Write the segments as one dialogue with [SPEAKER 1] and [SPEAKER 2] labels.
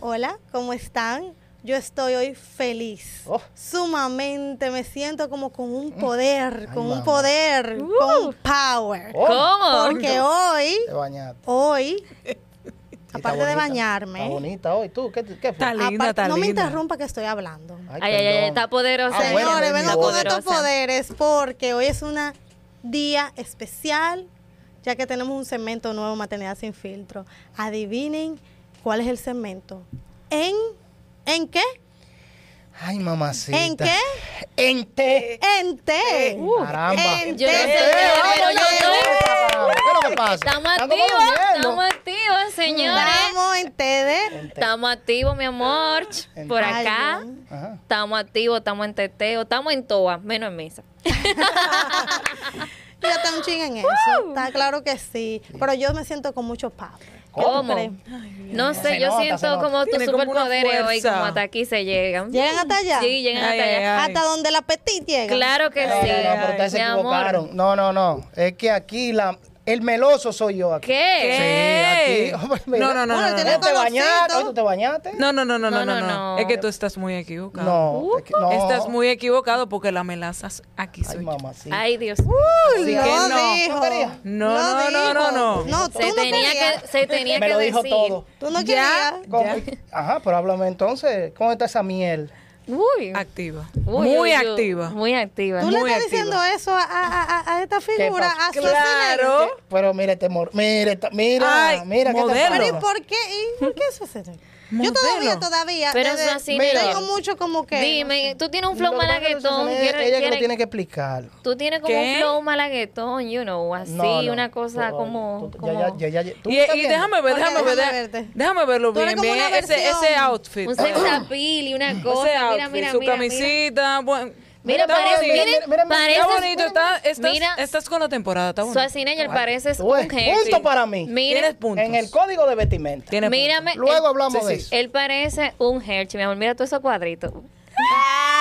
[SPEAKER 1] Hola, ¿cómo están? Yo estoy hoy feliz.
[SPEAKER 2] Oh.
[SPEAKER 1] Sumamente me siento como con un poder,
[SPEAKER 2] Mm. Ahí
[SPEAKER 1] con un
[SPEAKER 2] vamos.
[SPEAKER 1] poder,
[SPEAKER 3] Uh.
[SPEAKER 1] con un power.
[SPEAKER 2] Oh,
[SPEAKER 4] ¿Cómo?
[SPEAKER 1] Porque hoy,
[SPEAKER 2] Te bañaste.
[SPEAKER 1] hoy,
[SPEAKER 2] Sí, está
[SPEAKER 1] aparte de
[SPEAKER 2] bonita.
[SPEAKER 1] bañarme,
[SPEAKER 2] Está bonita hoy. ¿Tú qué, qué fue?
[SPEAKER 3] Está
[SPEAKER 1] aparte-
[SPEAKER 3] linda, está
[SPEAKER 1] no me
[SPEAKER 3] linda.
[SPEAKER 1] interrumpa que estoy hablando.
[SPEAKER 4] Ay, ay, ay,
[SPEAKER 2] perdón.
[SPEAKER 4] está poderosa.
[SPEAKER 2] Ah, bueno,
[SPEAKER 1] Señores,
[SPEAKER 2] venga,
[SPEAKER 1] vengo con
[SPEAKER 2] poderosa.
[SPEAKER 1] estos poderes porque hoy es un día especial, ya que tenemos un segmento nuevo, Maternidad sin filtro. Adivinen cuál es el segmento. ¿En, ¿en qué?
[SPEAKER 2] Ay, mamacita.
[SPEAKER 1] ¿En qué?
[SPEAKER 2] En té.
[SPEAKER 1] En té.
[SPEAKER 2] Eh, Caramba.
[SPEAKER 1] en
[SPEAKER 4] Uh, Yo
[SPEAKER 1] té,
[SPEAKER 4] no sé,
[SPEAKER 1] señores.
[SPEAKER 4] pero yo
[SPEAKER 2] ¿Qué es lo que pasa?
[SPEAKER 4] Estamos
[SPEAKER 2] Ando
[SPEAKER 4] activos,
[SPEAKER 2] baloncesto.
[SPEAKER 4] estamos activos, señores.
[SPEAKER 1] Estamos en té de...
[SPEAKER 4] Estamos activos, mi amor. Por
[SPEAKER 1] Ay,
[SPEAKER 4] acá.
[SPEAKER 1] Dios.
[SPEAKER 2] Ajá.
[SPEAKER 4] Estamos activos, estamos en teteo, estamos en toa, menos en misa.
[SPEAKER 1] Ya está un
[SPEAKER 3] Uh.
[SPEAKER 1] ching en eso. Está claro que sí. Pero yo me siento con mucho power.
[SPEAKER 4] ¿Cómo?
[SPEAKER 1] crees?
[SPEAKER 4] No
[SPEAKER 2] Se
[SPEAKER 4] sé, yo
[SPEAKER 2] nota, se
[SPEAKER 4] siento
[SPEAKER 2] nota.
[SPEAKER 4] como tus
[SPEAKER 3] Tiene como una
[SPEAKER 4] superpoderes hoy,
[SPEAKER 3] fuerza.
[SPEAKER 4] como hasta aquí se llegan.
[SPEAKER 1] ¿Llegan hasta allá?
[SPEAKER 4] Sí, llegan
[SPEAKER 3] Ay,
[SPEAKER 4] hasta
[SPEAKER 3] Eh, ay,
[SPEAKER 4] allá.
[SPEAKER 3] ay.
[SPEAKER 1] Hasta donde el apetito llega.
[SPEAKER 4] Claro que
[SPEAKER 2] No,
[SPEAKER 4] sí.
[SPEAKER 2] no, no, pero ustedes se
[SPEAKER 4] mi amor.
[SPEAKER 2] equivocaron. No, no, no. Es que aquí la, el meloso soy yo. Aquí.
[SPEAKER 4] ¿Qué?
[SPEAKER 2] Sí,
[SPEAKER 3] ¿Qué?
[SPEAKER 2] aquí.
[SPEAKER 3] No, no, no,
[SPEAKER 1] Bueno,
[SPEAKER 3] no,
[SPEAKER 1] tiene
[SPEAKER 3] no.
[SPEAKER 2] ¿Tú te bañaste?
[SPEAKER 1] colorcito.
[SPEAKER 2] ¿Hoy ¿Tú te bañaste?
[SPEAKER 3] No, no, no, no,
[SPEAKER 4] No,
[SPEAKER 3] no, no,
[SPEAKER 4] no,
[SPEAKER 3] no.
[SPEAKER 4] no.
[SPEAKER 3] Es que tú estás muy equivocado.
[SPEAKER 2] No, es que- no.
[SPEAKER 3] Estás muy equivocado porque la melaza aquí
[SPEAKER 2] Ay,
[SPEAKER 3] soy. yo.
[SPEAKER 2] mamacita.
[SPEAKER 4] Ay, Dios.
[SPEAKER 1] Uy,
[SPEAKER 3] Así
[SPEAKER 1] no,
[SPEAKER 3] que no.
[SPEAKER 1] dijo.
[SPEAKER 2] ¿No querías?
[SPEAKER 3] No, no, no, no, no.
[SPEAKER 1] No, tú
[SPEAKER 4] se,
[SPEAKER 1] no
[SPEAKER 4] tenía
[SPEAKER 1] querías.
[SPEAKER 4] que, se tenía
[SPEAKER 2] Me
[SPEAKER 4] que
[SPEAKER 2] lo dijo
[SPEAKER 4] decir.
[SPEAKER 2] todo.
[SPEAKER 1] Tú no querías.
[SPEAKER 3] Ya,
[SPEAKER 2] ¿Cómo?
[SPEAKER 3] ya.
[SPEAKER 2] Ajá, pero háblame entonces. ¿Cómo está esa miel?
[SPEAKER 4] Uy.
[SPEAKER 3] Activa.
[SPEAKER 4] Uy,
[SPEAKER 3] muy
[SPEAKER 4] uy, uy.
[SPEAKER 3] activa.
[SPEAKER 4] Muy activa.
[SPEAKER 1] Tú le
[SPEAKER 3] Muy
[SPEAKER 1] estás
[SPEAKER 3] activa.
[SPEAKER 1] diciendo eso a, a- a- a esta figura,
[SPEAKER 2] pasó?
[SPEAKER 1] a su
[SPEAKER 3] Claro.
[SPEAKER 1] escenario.
[SPEAKER 2] Pero mira este mor... Mira, esta- mira,
[SPEAKER 3] Ay,
[SPEAKER 2] mira. ¿qué te
[SPEAKER 3] modelo.
[SPEAKER 1] Pero ¿y
[SPEAKER 2] pasa?
[SPEAKER 1] por qué? ¿Y por qué eso se Yo
[SPEAKER 3] Modelo.
[SPEAKER 1] todavía, todavía.
[SPEAKER 4] Pero
[SPEAKER 1] desde-
[SPEAKER 4] eso así
[SPEAKER 2] Mira.
[SPEAKER 1] Tengo mucho como que.
[SPEAKER 4] Dime, tú tienes un flow
[SPEAKER 2] Lo que pasa es que
[SPEAKER 4] malaguetón.
[SPEAKER 2] Susan es
[SPEAKER 4] quieres-
[SPEAKER 2] ella que lo
[SPEAKER 4] quieres-
[SPEAKER 2] tiene que explicar.
[SPEAKER 4] Tú tienes como
[SPEAKER 3] ¿Qué?
[SPEAKER 4] un flow malaguetón, you know, así,
[SPEAKER 2] No, no,
[SPEAKER 4] una cosa
[SPEAKER 2] tú-
[SPEAKER 4] como...
[SPEAKER 2] tú- ya,
[SPEAKER 4] como
[SPEAKER 2] ya, ya, ya, tú
[SPEAKER 3] Y,
[SPEAKER 2] estás
[SPEAKER 3] y
[SPEAKER 2] viendo.
[SPEAKER 3] déjame ver,
[SPEAKER 1] Porque
[SPEAKER 3] déjame ver,
[SPEAKER 1] déjame
[SPEAKER 3] déjame,
[SPEAKER 1] verte.
[SPEAKER 3] verlo
[SPEAKER 1] Tú eres
[SPEAKER 3] bien,
[SPEAKER 1] como
[SPEAKER 3] bien.
[SPEAKER 1] una
[SPEAKER 3] Ese, ese
[SPEAKER 1] versión.
[SPEAKER 3] outfit.
[SPEAKER 4] Un
[SPEAKER 3] Ese
[SPEAKER 4] sex appeal y una cosa. mira,
[SPEAKER 3] outfit,
[SPEAKER 4] mira,
[SPEAKER 3] su
[SPEAKER 4] mira, mira.
[SPEAKER 3] camisita. Bueno,
[SPEAKER 4] Mira,
[SPEAKER 3] está
[SPEAKER 4] parece,
[SPEAKER 3] bonito.
[SPEAKER 4] miren,
[SPEAKER 2] mira, mira,
[SPEAKER 4] parece...
[SPEAKER 3] Está bonito, está, estás,
[SPEAKER 4] mira,
[SPEAKER 3] estás con la temporada, está bonito.
[SPEAKER 4] Suazina y el pareces
[SPEAKER 2] Tú ves,
[SPEAKER 4] un jefe.
[SPEAKER 2] punto para mí.
[SPEAKER 4] Mira,
[SPEAKER 3] Tienes puntos.
[SPEAKER 2] En el código de vestimenta.
[SPEAKER 3] Tienes puntos.
[SPEAKER 4] mírame.
[SPEAKER 2] Luego
[SPEAKER 4] él-
[SPEAKER 2] hablamos
[SPEAKER 3] sí,
[SPEAKER 2] de
[SPEAKER 3] sí.
[SPEAKER 2] eso.
[SPEAKER 4] Él parece un Hershey, mi amor. Mira todos esos cuadritos.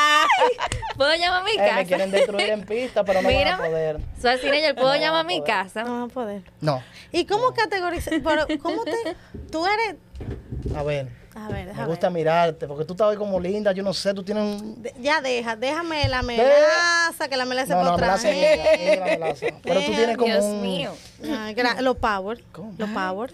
[SPEAKER 4] Puedo llamar a mi
[SPEAKER 2] Eh,
[SPEAKER 4] casa.
[SPEAKER 2] me quieren destruir en pista, pero no
[SPEAKER 4] Mira,
[SPEAKER 2] van a poder.
[SPEAKER 4] Suazina y el puedo llamar a mi casa.
[SPEAKER 1] No vas a poder.
[SPEAKER 2] No,
[SPEAKER 1] ¿Y cómo categorizar? Pero, ¿cómo te.? Tú eres.
[SPEAKER 2] a ver.
[SPEAKER 1] A ver,
[SPEAKER 2] Me
[SPEAKER 1] déjame.
[SPEAKER 2] gusta mirarte, porque tú estás hoy como linda, yo no sé, tú tienes un...
[SPEAKER 1] Ya deja, déjame la melaza, que la melaza para
[SPEAKER 2] No, no, me la
[SPEAKER 1] otra
[SPEAKER 2] hace
[SPEAKER 1] gente.
[SPEAKER 2] negra, negra, me la hace. Pero tú tienes como
[SPEAKER 4] Dios
[SPEAKER 2] un...
[SPEAKER 4] mío.
[SPEAKER 1] Ay, Ah, gra- Lo power.
[SPEAKER 2] ¿Cómo? Ah.
[SPEAKER 1] Lo power.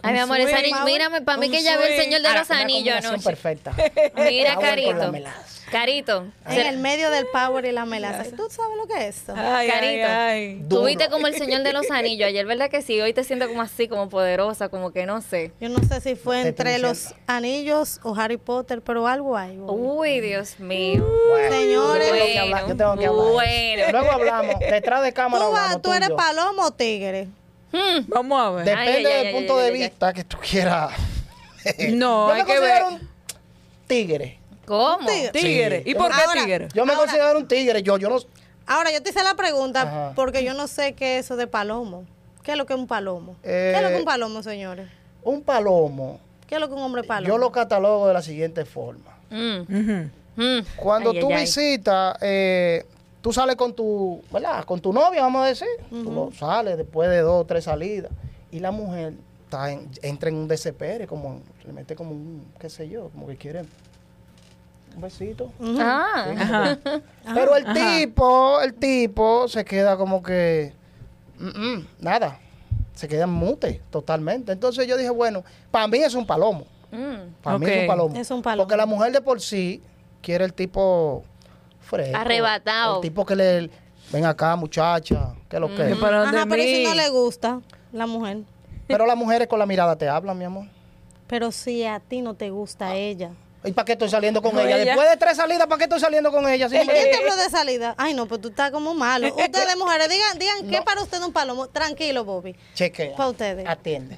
[SPEAKER 4] Ay, mi amor, ese
[SPEAKER 3] swing,
[SPEAKER 4] anillo,
[SPEAKER 3] Mauro,
[SPEAKER 4] mírame, para mí
[SPEAKER 3] un
[SPEAKER 4] que ya ve el
[SPEAKER 3] swing.
[SPEAKER 4] señor de
[SPEAKER 2] Ahora,
[SPEAKER 4] los
[SPEAKER 2] Ah, una
[SPEAKER 4] anillos
[SPEAKER 2] combinación
[SPEAKER 4] anoche.
[SPEAKER 2] perfecta.
[SPEAKER 4] Mira,
[SPEAKER 2] Ahora con la
[SPEAKER 4] Carito.
[SPEAKER 2] melaza.
[SPEAKER 4] Carito.
[SPEAKER 1] En el medio del power y la melaza. ¿Tú sabes lo que es eso?
[SPEAKER 3] Ay, ay,
[SPEAKER 4] Carito.
[SPEAKER 3] ay.
[SPEAKER 2] Duro.
[SPEAKER 4] Tuviste como el señor de los anillos. Ayer, ¿verdad que sí? Hoy te siento como así, como poderosa, como que no sé.
[SPEAKER 1] Yo no sé si fue
[SPEAKER 2] Te
[SPEAKER 1] entre
[SPEAKER 2] estoy
[SPEAKER 1] los anillos o Harry Potter, pero algo hay.
[SPEAKER 4] Oh,
[SPEAKER 1] güey.
[SPEAKER 4] Uy, Dios mío.
[SPEAKER 2] Bueno,
[SPEAKER 1] Señores.
[SPEAKER 2] yo tengo que hablar, yo tengo que hablar.
[SPEAKER 4] Bueno.
[SPEAKER 2] Luego hablamos, detrás de cámara
[SPEAKER 1] Tú, vas,
[SPEAKER 2] hablamos,
[SPEAKER 1] tú
[SPEAKER 2] y
[SPEAKER 1] eres
[SPEAKER 2] yo.
[SPEAKER 1] palomo o tigre.
[SPEAKER 4] Hmm.
[SPEAKER 3] Vamos a ver.
[SPEAKER 4] Ay,
[SPEAKER 2] Depende
[SPEAKER 4] ay, ay,
[SPEAKER 2] del
[SPEAKER 4] ay,
[SPEAKER 2] punto
[SPEAKER 4] ay,
[SPEAKER 2] de
[SPEAKER 4] ay, ay.
[SPEAKER 2] vista que tú quieras.
[SPEAKER 3] No,
[SPEAKER 2] Yo
[SPEAKER 3] hay
[SPEAKER 2] me
[SPEAKER 3] que ver.
[SPEAKER 2] considero un tigre.
[SPEAKER 4] ¿Cómo?
[SPEAKER 1] Tigre.
[SPEAKER 3] Tigre.
[SPEAKER 2] Sí.
[SPEAKER 3] ¿Y por qué
[SPEAKER 1] Ahora-
[SPEAKER 3] tigre?
[SPEAKER 2] Yo me
[SPEAKER 1] Ahora-
[SPEAKER 2] considero un tigre. Yo, yo no.
[SPEAKER 1] Ahora yo te hice la pregunta
[SPEAKER 2] Ajá.
[SPEAKER 1] porque yo no sé qué es eso de palomo. ¿Qué es lo que es un palomo?
[SPEAKER 2] Eh,
[SPEAKER 1] ¿Qué es lo que es un palomo, señores?
[SPEAKER 2] Un palomo.
[SPEAKER 1] ¿Qué es lo que es un hombre palomo?
[SPEAKER 2] Yo lo catalogo de la siguiente forma.
[SPEAKER 4] Mm,
[SPEAKER 3] Ujú.
[SPEAKER 4] mm.
[SPEAKER 2] Cuando
[SPEAKER 4] Ay,
[SPEAKER 2] tú
[SPEAKER 4] ay, ay.
[SPEAKER 2] visitas, eh, tú sales con tu, ¿verdad? Con tu novia, vamos a decir. Tú lo sales después de dos o tres salidas. Y la mujer está en- entra en un desespero, como le mete como un, qué sé yo, como que quiere un besito.
[SPEAKER 4] Ah,
[SPEAKER 3] Ajá.
[SPEAKER 2] Pero el tipo, el tipo se queda como que "Mm, mm, nada, se queda mute totalmente. Entonces yo dije, bueno, para mí es un palomo.
[SPEAKER 4] mm.
[SPEAKER 2] Para mí es un
[SPEAKER 3] Ok.
[SPEAKER 2] palomo.
[SPEAKER 1] Es un palomo.
[SPEAKER 2] Porque la mujer de por sí quiere el tipo fresco.
[SPEAKER 4] Arrebatado. Mm.
[SPEAKER 2] El tipo que le ven acá, muchacha, que lo que.
[SPEAKER 3] Que para donde
[SPEAKER 1] Ajá, pero
[SPEAKER 3] mí.
[SPEAKER 1] si no le gusta la mujer.
[SPEAKER 2] Pero las mujeres con la mirada te hablan, mi amor.
[SPEAKER 1] Pero si a ti no te gusta ella.
[SPEAKER 2] ¿Y para qué estoy saliendo con
[SPEAKER 3] No, Eh.
[SPEAKER 2] ella?
[SPEAKER 3] ella-
[SPEAKER 2] Después de tres salidas, ¿para qué estoy saliendo con ella? Si no me-
[SPEAKER 1] ¿Quién te habló de salida? Ay, no, pues tú estás como malo. Ustedes, mujeres, digan, digan qué para usted es un palomo. Tranquilo, Bobby.
[SPEAKER 2] Chequea.
[SPEAKER 1] Pa' ustedes.
[SPEAKER 2] Atiende.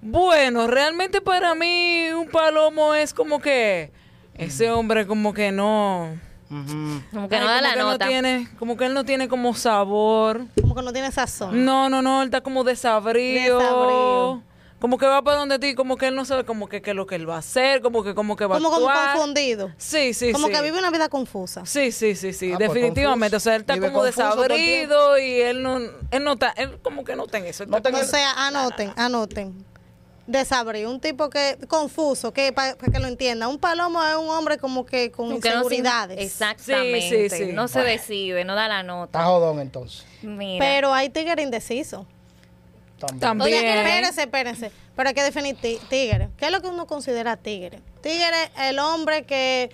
[SPEAKER 3] Bueno, realmente para mí un palomo es como que ese hombre como que no.
[SPEAKER 2] Ujú.
[SPEAKER 4] Como que
[SPEAKER 3] Ay,
[SPEAKER 4] no da
[SPEAKER 3] como
[SPEAKER 4] la
[SPEAKER 3] que no
[SPEAKER 4] nota.
[SPEAKER 3] tiene, como que él no tiene como sabor.
[SPEAKER 1] Como que no tiene sazón.
[SPEAKER 3] No, no, no, él está como desabrido.
[SPEAKER 1] Desabrido.
[SPEAKER 3] Como que va para donde ti, como que él no sabe como que qué es lo que él va a hacer, como que como que va
[SPEAKER 1] Como,
[SPEAKER 3] a
[SPEAKER 1] como
[SPEAKER 3] actuar.
[SPEAKER 1] confundido.
[SPEAKER 3] Sí, sí,
[SPEAKER 1] como
[SPEAKER 3] sí.
[SPEAKER 1] que vive una vida confusa.
[SPEAKER 3] Sí, sí, sí, sí,
[SPEAKER 2] Ah, pues,
[SPEAKER 3] definitivamente.
[SPEAKER 2] confuso.
[SPEAKER 3] o sea, él está
[SPEAKER 2] Vive
[SPEAKER 3] como
[SPEAKER 2] confuso todo el
[SPEAKER 3] desabrido y él no, él no está, él como que no está en eso. él
[SPEAKER 2] No
[SPEAKER 3] está
[SPEAKER 2] tengo-
[SPEAKER 1] O sea, anoten, anoten. desabrí, un tipo que confuso, que para que lo entienda, un palomo es un hombre como que con
[SPEAKER 4] Que no se-
[SPEAKER 1] inseguridades.
[SPEAKER 4] Exactamente.
[SPEAKER 3] Sí, sí, sí.
[SPEAKER 4] No se decide, no da la nota.
[SPEAKER 2] Está jodón entonces.
[SPEAKER 4] Mira.
[SPEAKER 1] Pero hay tigre indeciso.
[SPEAKER 2] También.
[SPEAKER 1] Oye,
[SPEAKER 3] También.
[SPEAKER 1] que espérense, espérense. Pero hay que definir ti- tigre. ¿Qué es lo que uno considera tigre? Tigre es el hombre que...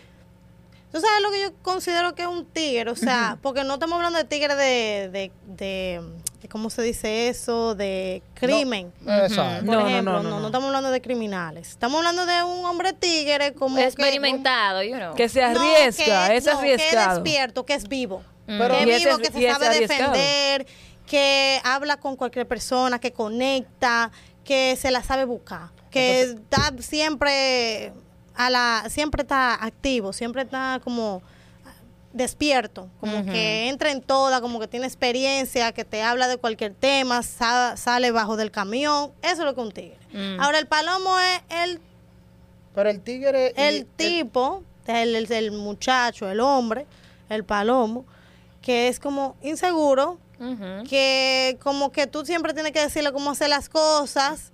[SPEAKER 1] ¿Tú sabes lo que yo considero que es un tigre? O sea, porque no estamos hablando de tigre de... de, de- de ¿Cómo se dice eso? De crimen.
[SPEAKER 2] eh, Exacto.
[SPEAKER 1] Por
[SPEAKER 3] No, no,
[SPEAKER 1] ejemplo,
[SPEAKER 3] no, no, no.
[SPEAKER 1] estamos hablando de criminales. Estamos hablando de un hombre tigre como que-
[SPEAKER 4] experimentado, you know.
[SPEAKER 3] Que se
[SPEAKER 1] No,
[SPEAKER 3] arriesga,
[SPEAKER 1] que-
[SPEAKER 3] es
[SPEAKER 1] no,
[SPEAKER 3] arriesgado. Mm.
[SPEAKER 1] Que es despierto, que es vivo.
[SPEAKER 2] Pero-
[SPEAKER 1] que
[SPEAKER 3] Y
[SPEAKER 1] es
[SPEAKER 3] ese
[SPEAKER 1] vivo,
[SPEAKER 3] es-
[SPEAKER 1] que
[SPEAKER 3] y
[SPEAKER 1] se
[SPEAKER 3] ese
[SPEAKER 1] sabe
[SPEAKER 3] arriesgado.
[SPEAKER 1] defender, que habla con cualquier persona, que conecta, que se la sabe buscar, que está siempre a la, siempre está activo, siempre está como despierto, como que entra en toda, como que tiene experiencia, que te habla de cualquier tema, sa- sale bajo del camión, eso es lo que un tigre.
[SPEAKER 4] Mm.
[SPEAKER 1] Ahora el palomo es el
[SPEAKER 2] Pero el tigre. y-
[SPEAKER 1] el tipo, el, el- el muchacho, el hombre, el palomo, que es como inseguro,
[SPEAKER 4] Ujú.
[SPEAKER 1] que como que tú siempre tienes que decirle cómo hacer las cosas,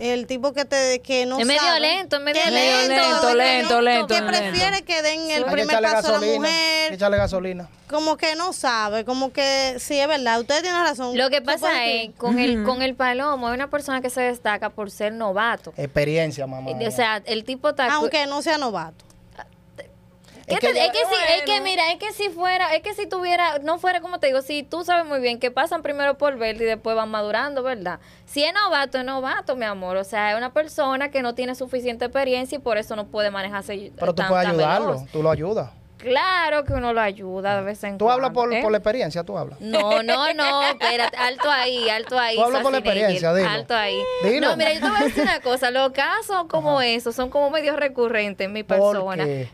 [SPEAKER 1] el tipo que te que no
[SPEAKER 4] Es medio
[SPEAKER 1] sabe,
[SPEAKER 4] lento, es medio
[SPEAKER 1] que
[SPEAKER 4] lento,
[SPEAKER 1] que
[SPEAKER 3] lento,
[SPEAKER 1] no-
[SPEAKER 3] lento,
[SPEAKER 1] que
[SPEAKER 3] lento.
[SPEAKER 1] prefiere que den el
[SPEAKER 2] Hay que
[SPEAKER 1] primer
[SPEAKER 2] echarle
[SPEAKER 1] paso a la
[SPEAKER 2] gasolina, hay que
[SPEAKER 1] mujer,
[SPEAKER 2] Echarle gasolina.
[SPEAKER 1] como que no sabe, como que sí es verdad, ustedes tienen razón.
[SPEAKER 4] Lo que
[SPEAKER 1] Se
[SPEAKER 4] pasa
[SPEAKER 1] puede
[SPEAKER 4] es, con el, con el palomo, es una persona que se destaca por ser novato.
[SPEAKER 2] Experiencia, mamá.
[SPEAKER 4] O sea, el tipo
[SPEAKER 1] que-
[SPEAKER 4] está...
[SPEAKER 1] aunque no sea novato.
[SPEAKER 4] ¿Qué
[SPEAKER 2] Es
[SPEAKER 4] te-
[SPEAKER 2] que
[SPEAKER 4] es, que
[SPEAKER 2] ya-
[SPEAKER 4] si- es que
[SPEAKER 3] bueno.
[SPEAKER 4] mira, es que si fuera, es que si tuviera, no fuera como te digo, si tú sabes muy bien que pasan primero por verde y después van madurando, ¿verdad? Si es novato, es novato, mi amor. O sea, es una persona que no tiene suficiente experiencia y por eso no puede manejarse.
[SPEAKER 2] Pero tú
[SPEAKER 4] tan-
[SPEAKER 2] puedes
[SPEAKER 4] tan
[SPEAKER 2] ayudarlo,
[SPEAKER 4] veloz.
[SPEAKER 2] tú lo ayudas.
[SPEAKER 4] Claro que uno lo ayuda de vez en
[SPEAKER 2] Tú hablas por,
[SPEAKER 4] cuando, ¿eh?
[SPEAKER 2] por la experiencia, tú hablas.
[SPEAKER 4] No, no, no, espérate, alto ahí, alto ahí.
[SPEAKER 2] Tú hablas por la
[SPEAKER 4] Sassy Nagel,
[SPEAKER 2] experiencia, dilo.
[SPEAKER 4] Alto ahí.
[SPEAKER 2] Dilo.
[SPEAKER 4] No, mira, yo te voy a decir una cosa, los casos como esos son como medios recurrentes en mi
[SPEAKER 2] ¿Por
[SPEAKER 4] persona.
[SPEAKER 2] qué?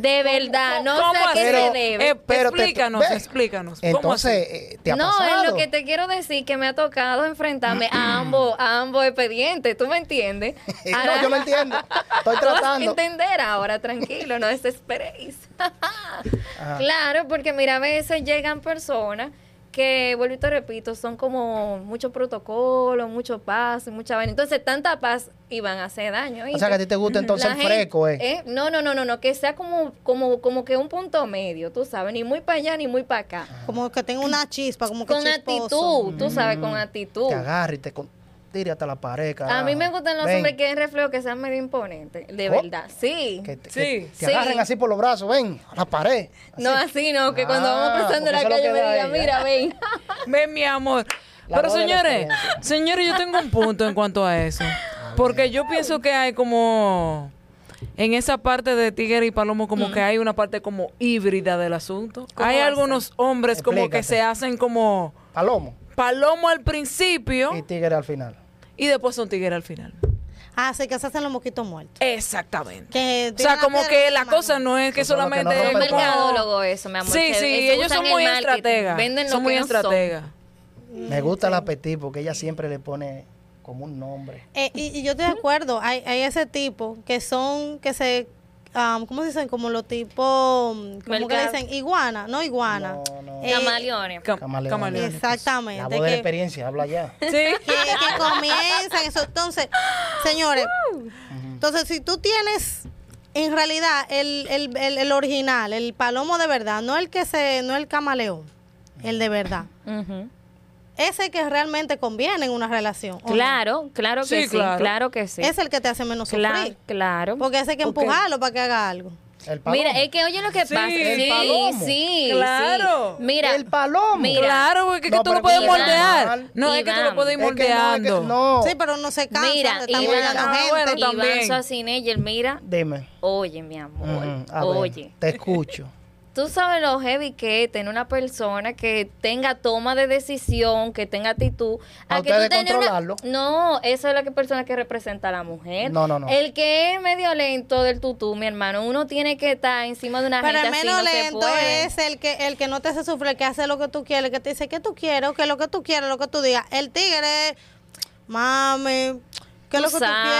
[SPEAKER 4] De verdad, no sé
[SPEAKER 3] ¿Cómo
[SPEAKER 4] a qué
[SPEAKER 3] así?
[SPEAKER 4] se
[SPEAKER 2] Pero-
[SPEAKER 4] debe.
[SPEAKER 3] Eh,
[SPEAKER 2] Pero te-
[SPEAKER 3] explícanos,
[SPEAKER 2] ve,
[SPEAKER 3] explícanos. ¿Cómo
[SPEAKER 2] Entonces,
[SPEAKER 3] así?
[SPEAKER 2] eh, ¿te ha
[SPEAKER 4] no,
[SPEAKER 2] pasado?
[SPEAKER 4] es lo que te quiero decir que me ha tocado enfrentarme a ambos, a ambos expedientes, ¿tú me entiendes? A
[SPEAKER 2] No,
[SPEAKER 4] la-
[SPEAKER 2] yo lo entiendo. Estoy
[SPEAKER 4] Tú vas a
[SPEAKER 2] tratando.
[SPEAKER 4] entender ahora, tranquilo, no desesperéis.
[SPEAKER 2] Ajá.
[SPEAKER 4] claro, porque mira, a veces llegan personas que, vuelvo y te repito, son como mucho protocolo, mucho paz, mucha vaina. Entonces, tanta paz y van a hacer daño.
[SPEAKER 2] O sea, que a ti te gusta entonces
[SPEAKER 4] La
[SPEAKER 2] el
[SPEAKER 4] gente-
[SPEAKER 2] fresco, ¿eh?
[SPEAKER 4] ¿eh? No, no, no, no, no, que sea como, como, como que un punto medio, tú sabes, ni muy para allá ni muy para acá.
[SPEAKER 2] Ah,
[SPEAKER 1] Como que tenga una chispa, como que
[SPEAKER 4] Con
[SPEAKER 1] chisposo.
[SPEAKER 4] actitud, tú sabes,
[SPEAKER 2] Mm.
[SPEAKER 4] con actitud.
[SPEAKER 2] Te agarra y te con... tira hasta la pared,
[SPEAKER 4] A mí me gustan los
[SPEAKER 2] Ven,
[SPEAKER 4] hombres que en reflejo que sean medio imponentes, de
[SPEAKER 2] ¿Cómo?
[SPEAKER 4] verdad. Sí.
[SPEAKER 2] que te,
[SPEAKER 3] Sí,
[SPEAKER 2] que te
[SPEAKER 4] sí.
[SPEAKER 2] agarren así por los brazos, ven, a la pared.
[SPEAKER 4] No así, no, que cuando
[SPEAKER 2] Ah,
[SPEAKER 4] vamos pasando
[SPEAKER 2] porque
[SPEAKER 4] la
[SPEAKER 2] eso lo
[SPEAKER 4] calle me
[SPEAKER 2] queda
[SPEAKER 4] diga,
[SPEAKER 2] ahí,
[SPEAKER 4] mira, ven.
[SPEAKER 3] Ven, mi amor.
[SPEAKER 2] La
[SPEAKER 3] Pero
[SPEAKER 2] voz de la
[SPEAKER 3] señores,
[SPEAKER 2] experiencia.
[SPEAKER 3] señores, yo tengo un punto en cuanto a eso. Porque yo pienso que hay como... En esa parte de Tigre y Palomo como que hay una parte como híbrida del asunto.
[SPEAKER 4] ¿Cómo
[SPEAKER 3] Hay
[SPEAKER 4] va a
[SPEAKER 3] algunos hombres como que
[SPEAKER 2] Explícate.
[SPEAKER 3] se hacen como
[SPEAKER 2] Palomo
[SPEAKER 3] Palomo al principio
[SPEAKER 2] y tigre al final.
[SPEAKER 3] y después son Tigre al final.
[SPEAKER 1] Ah, sí, que se hacen los mosquitos muertos.
[SPEAKER 3] Exactamente.
[SPEAKER 1] Que
[SPEAKER 3] O sea,
[SPEAKER 1] tiran
[SPEAKER 3] como
[SPEAKER 1] piedra
[SPEAKER 3] que
[SPEAKER 1] en
[SPEAKER 3] la
[SPEAKER 1] mano.
[SPEAKER 3] cosa no es que
[SPEAKER 2] Eso es lo que
[SPEAKER 3] solamente...
[SPEAKER 2] no rompe
[SPEAKER 3] es como-
[SPEAKER 2] el corazón.
[SPEAKER 4] Mercadólogo eso, mi amor.
[SPEAKER 3] Sí,
[SPEAKER 4] Se-
[SPEAKER 3] sí,
[SPEAKER 4] eso
[SPEAKER 3] ellos
[SPEAKER 4] usan
[SPEAKER 3] son
[SPEAKER 4] el
[SPEAKER 3] muy
[SPEAKER 4] marketing,
[SPEAKER 3] estrategas.
[SPEAKER 4] Venden lo
[SPEAKER 3] Son muy
[SPEAKER 4] que no son.
[SPEAKER 3] estrategas.
[SPEAKER 4] Mm,
[SPEAKER 2] Me gusta la Petit porque ella siempre le pone como un nombre.
[SPEAKER 1] Eh, y, y yo estoy de acuerdo, hay, hay ese tipo que son, que se, am, ¿cómo se dicen? Como los tipos, mm, ¿cómo que le
[SPEAKER 4] Mercado.
[SPEAKER 1] dicen? Iguana, no iguana.
[SPEAKER 2] No, no.
[SPEAKER 1] Eh,
[SPEAKER 4] Camaleones.
[SPEAKER 3] Cam-
[SPEAKER 2] Camaleones.
[SPEAKER 3] camaleones.
[SPEAKER 2] La
[SPEAKER 1] Exactamente.
[SPEAKER 2] voz
[SPEAKER 1] Que,
[SPEAKER 2] de la experiencia, habla ya.
[SPEAKER 3] Sí.
[SPEAKER 1] que- que comienzan eso. Entonces, señores, entonces si tú tienes... En realidad, el, el, el, el original, el palomo de verdad, no el que se, no el camaleón, el de verdad.
[SPEAKER 4] Ujú.
[SPEAKER 1] Ese que realmente conviene en una relación. ¿o no?
[SPEAKER 4] Claro, claro que
[SPEAKER 3] Sí,
[SPEAKER 4] sí,
[SPEAKER 3] claro.
[SPEAKER 4] claro, que sí.
[SPEAKER 1] Es el que te hace menos sufrir.
[SPEAKER 4] Cla- claro.
[SPEAKER 1] Porque ese hay que
[SPEAKER 3] Ok.
[SPEAKER 1] empujarlo para que haga algo.
[SPEAKER 2] El palomo.
[SPEAKER 4] Mira, eh, es que oye lo que
[SPEAKER 3] Sí,
[SPEAKER 4] pasa.
[SPEAKER 3] el
[SPEAKER 4] Sí,
[SPEAKER 2] palomo.
[SPEAKER 4] sí.
[SPEAKER 3] Claro.
[SPEAKER 4] sí. Mira.
[SPEAKER 2] el palomo.
[SPEAKER 4] mira.
[SPEAKER 3] Claro, porque es que
[SPEAKER 2] No,
[SPEAKER 3] tú lo
[SPEAKER 2] pero es
[SPEAKER 3] puedes
[SPEAKER 2] que
[SPEAKER 3] moldear.
[SPEAKER 2] Iván.
[SPEAKER 3] No, es que tú lo
[SPEAKER 4] Iván.
[SPEAKER 3] puedes ir
[SPEAKER 2] Es que no, es que
[SPEAKER 3] moldeando.
[SPEAKER 2] no.
[SPEAKER 1] Sí, pero no se cansa.
[SPEAKER 4] Mira,
[SPEAKER 1] de estar
[SPEAKER 4] Iván,
[SPEAKER 1] moldeando
[SPEAKER 3] ah,
[SPEAKER 1] gente.
[SPEAKER 3] bueno,
[SPEAKER 4] Iván
[SPEAKER 3] también.
[SPEAKER 4] Schwarzenegger, mira,
[SPEAKER 2] Dime.
[SPEAKER 4] oye, mi amor,
[SPEAKER 2] Ujú, Mm, a ver,
[SPEAKER 4] oye.
[SPEAKER 2] Te escucho.
[SPEAKER 4] Tú sabes lo heavy que es tener una persona que tenga toma de decisión, que tenga actitud.
[SPEAKER 2] A
[SPEAKER 4] que tú
[SPEAKER 2] ustedes
[SPEAKER 4] tener una-
[SPEAKER 2] controlarlo.
[SPEAKER 4] No, esa es la que- persona que representa a la mujer.
[SPEAKER 2] No, no, no.
[SPEAKER 4] El que es medio lento del tutú, mi hermano, uno tiene que estar encima de una
[SPEAKER 1] Pero
[SPEAKER 4] gente
[SPEAKER 1] el
[SPEAKER 4] así,
[SPEAKER 1] menos
[SPEAKER 4] no se
[SPEAKER 1] lento
[SPEAKER 4] puede.
[SPEAKER 1] es el que el que no te hace sufrir, el que hace lo que tú quieres, el que te dice que tú quieres, o que lo que tú quieres, lo que tú digas. El tigre es, mami, que lo
[SPEAKER 4] Tú
[SPEAKER 1] que
[SPEAKER 4] sabes.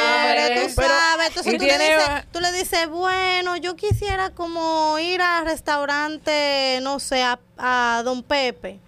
[SPEAKER 1] tú quieres, tú
[SPEAKER 3] Pero-
[SPEAKER 1] sabes. Entonces
[SPEAKER 3] y
[SPEAKER 1] tú,
[SPEAKER 3] tiene-
[SPEAKER 1] le dices, tú le dices, bueno, yo quisiera como ir al restaurante, no sé, a, a Don Pepe.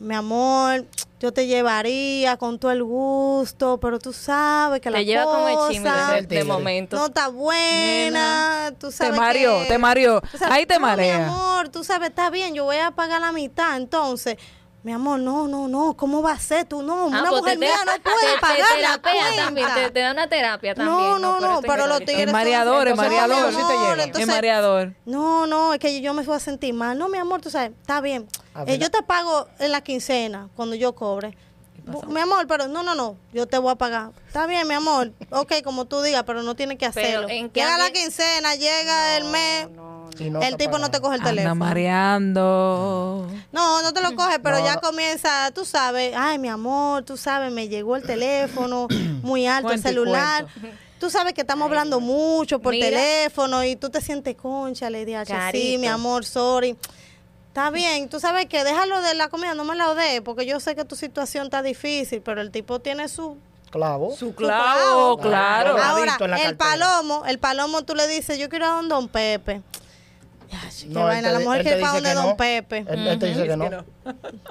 [SPEAKER 1] Mi amor, yo te llevaría con todo el gusto, pero tú sabes que la
[SPEAKER 4] Te lleva como
[SPEAKER 1] cosa
[SPEAKER 4] el chisme de, de
[SPEAKER 2] Tigre.
[SPEAKER 4] momento.
[SPEAKER 1] no está buena, tú sabes
[SPEAKER 3] Te mareó,
[SPEAKER 1] que-
[SPEAKER 3] te mareó.
[SPEAKER 1] tú sabes,
[SPEAKER 3] Ahí te
[SPEAKER 1] no, Mi
[SPEAKER 3] marea.
[SPEAKER 1] amor, tú sabes, está bien, yo voy a pagar la mitad, entonces... Mi amor, no, no, no, ¿cómo va a ser tú? No,
[SPEAKER 4] Ah,
[SPEAKER 1] una
[SPEAKER 4] pues
[SPEAKER 1] mujer
[SPEAKER 4] te-
[SPEAKER 1] mía
[SPEAKER 4] te-
[SPEAKER 1] no
[SPEAKER 4] te-
[SPEAKER 1] puede
[SPEAKER 4] te
[SPEAKER 1] pagar la
[SPEAKER 4] terapea
[SPEAKER 1] cuenta.
[SPEAKER 4] también, te, te da una terapia también.
[SPEAKER 1] No, no, no, pero los tigres
[SPEAKER 3] Es
[SPEAKER 1] son-
[SPEAKER 3] mareador, es
[SPEAKER 1] Entonces,
[SPEAKER 3] mareador.
[SPEAKER 1] no, mi amor,
[SPEAKER 2] Sí te llevan.
[SPEAKER 1] entonces-
[SPEAKER 3] Es mareador.
[SPEAKER 1] No, no, es que yo me voy a sentir mal. No, mi amor, tú sabes, está bien.
[SPEAKER 2] A
[SPEAKER 1] Eh,
[SPEAKER 2] ver,
[SPEAKER 1] yo te pago en la quincena cuando yo cobre. Bu- Mi amor, pero no, no, no, yo te voy a pagar. Está bien, mi amor. Ok, como tú digas, pero no tienes que
[SPEAKER 4] Pero,
[SPEAKER 1] hacerlo.
[SPEAKER 4] ¿en qué
[SPEAKER 1] Llega la
[SPEAKER 4] ambi-
[SPEAKER 1] quincena, llega el mes,
[SPEAKER 2] Y no
[SPEAKER 1] el
[SPEAKER 2] está
[SPEAKER 1] tipo no te
[SPEAKER 2] pagando.
[SPEAKER 1] coge el
[SPEAKER 3] Anda
[SPEAKER 1] teléfono.
[SPEAKER 3] mareando.
[SPEAKER 1] No, no te lo coge, pero
[SPEAKER 2] No,
[SPEAKER 1] ya
[SPEAKER 2] no.
[SPEAKER 1] comienza, tú sabes, ay, mi amor, tú sabes, me llegó el teléfono, muy alto
[SPEAKER 3] Cuento y
[SPEAKER 1] el celular. Tú sabes que estamos hablando mucho por
[SPEAKER 4] Mira.
[SPEAKER 1] teléfono y tú te sientes concha, le dije, sí,
[SPEAKER 4] Carito.
[SPEAKER 1] mi amor, sorry. Está bien, tú sabes que déjalo de la comida, no me la ode, porque yo sé que tu situación está difícil, pero el tipo tiene su...
[SPEAKER 2] Clavo.
[SPEAKER 3] Su
[SPEAKER 1] clavo,
[SPEAKER 3] clavo,
[SPEAKER 2] claro.
[SPEAKER 3] claro.
[SPEAKER 1] Ahora,
[SPEAKER 2] Clavadito en la
[SPEAKER 1] el
[SPEAKER 2] cartera.
[SPEAKER 1] palomo, el palomo tú le dices, yo quiero a don Don Pepe. Ay, qué
[SPEAKER 2] No, él
[SPEAKER 1] vaina,
[SPEAKER 2] te
[SPEAKER 1] la
[SPEAKER 2] di-
[SPEAKER 1] mujer
[SPEAKER 2] él te
[SPEAKER 1] que va
[SPEAKER 2] dice
[SPEAKER 1] donde
[SPEAKER 2] que
[SPEAKER 1] Don
[SPEAKER 2] no.
[SPEAKER 1] Pepe,
[SPEAKER 2] Él, él te dice que no.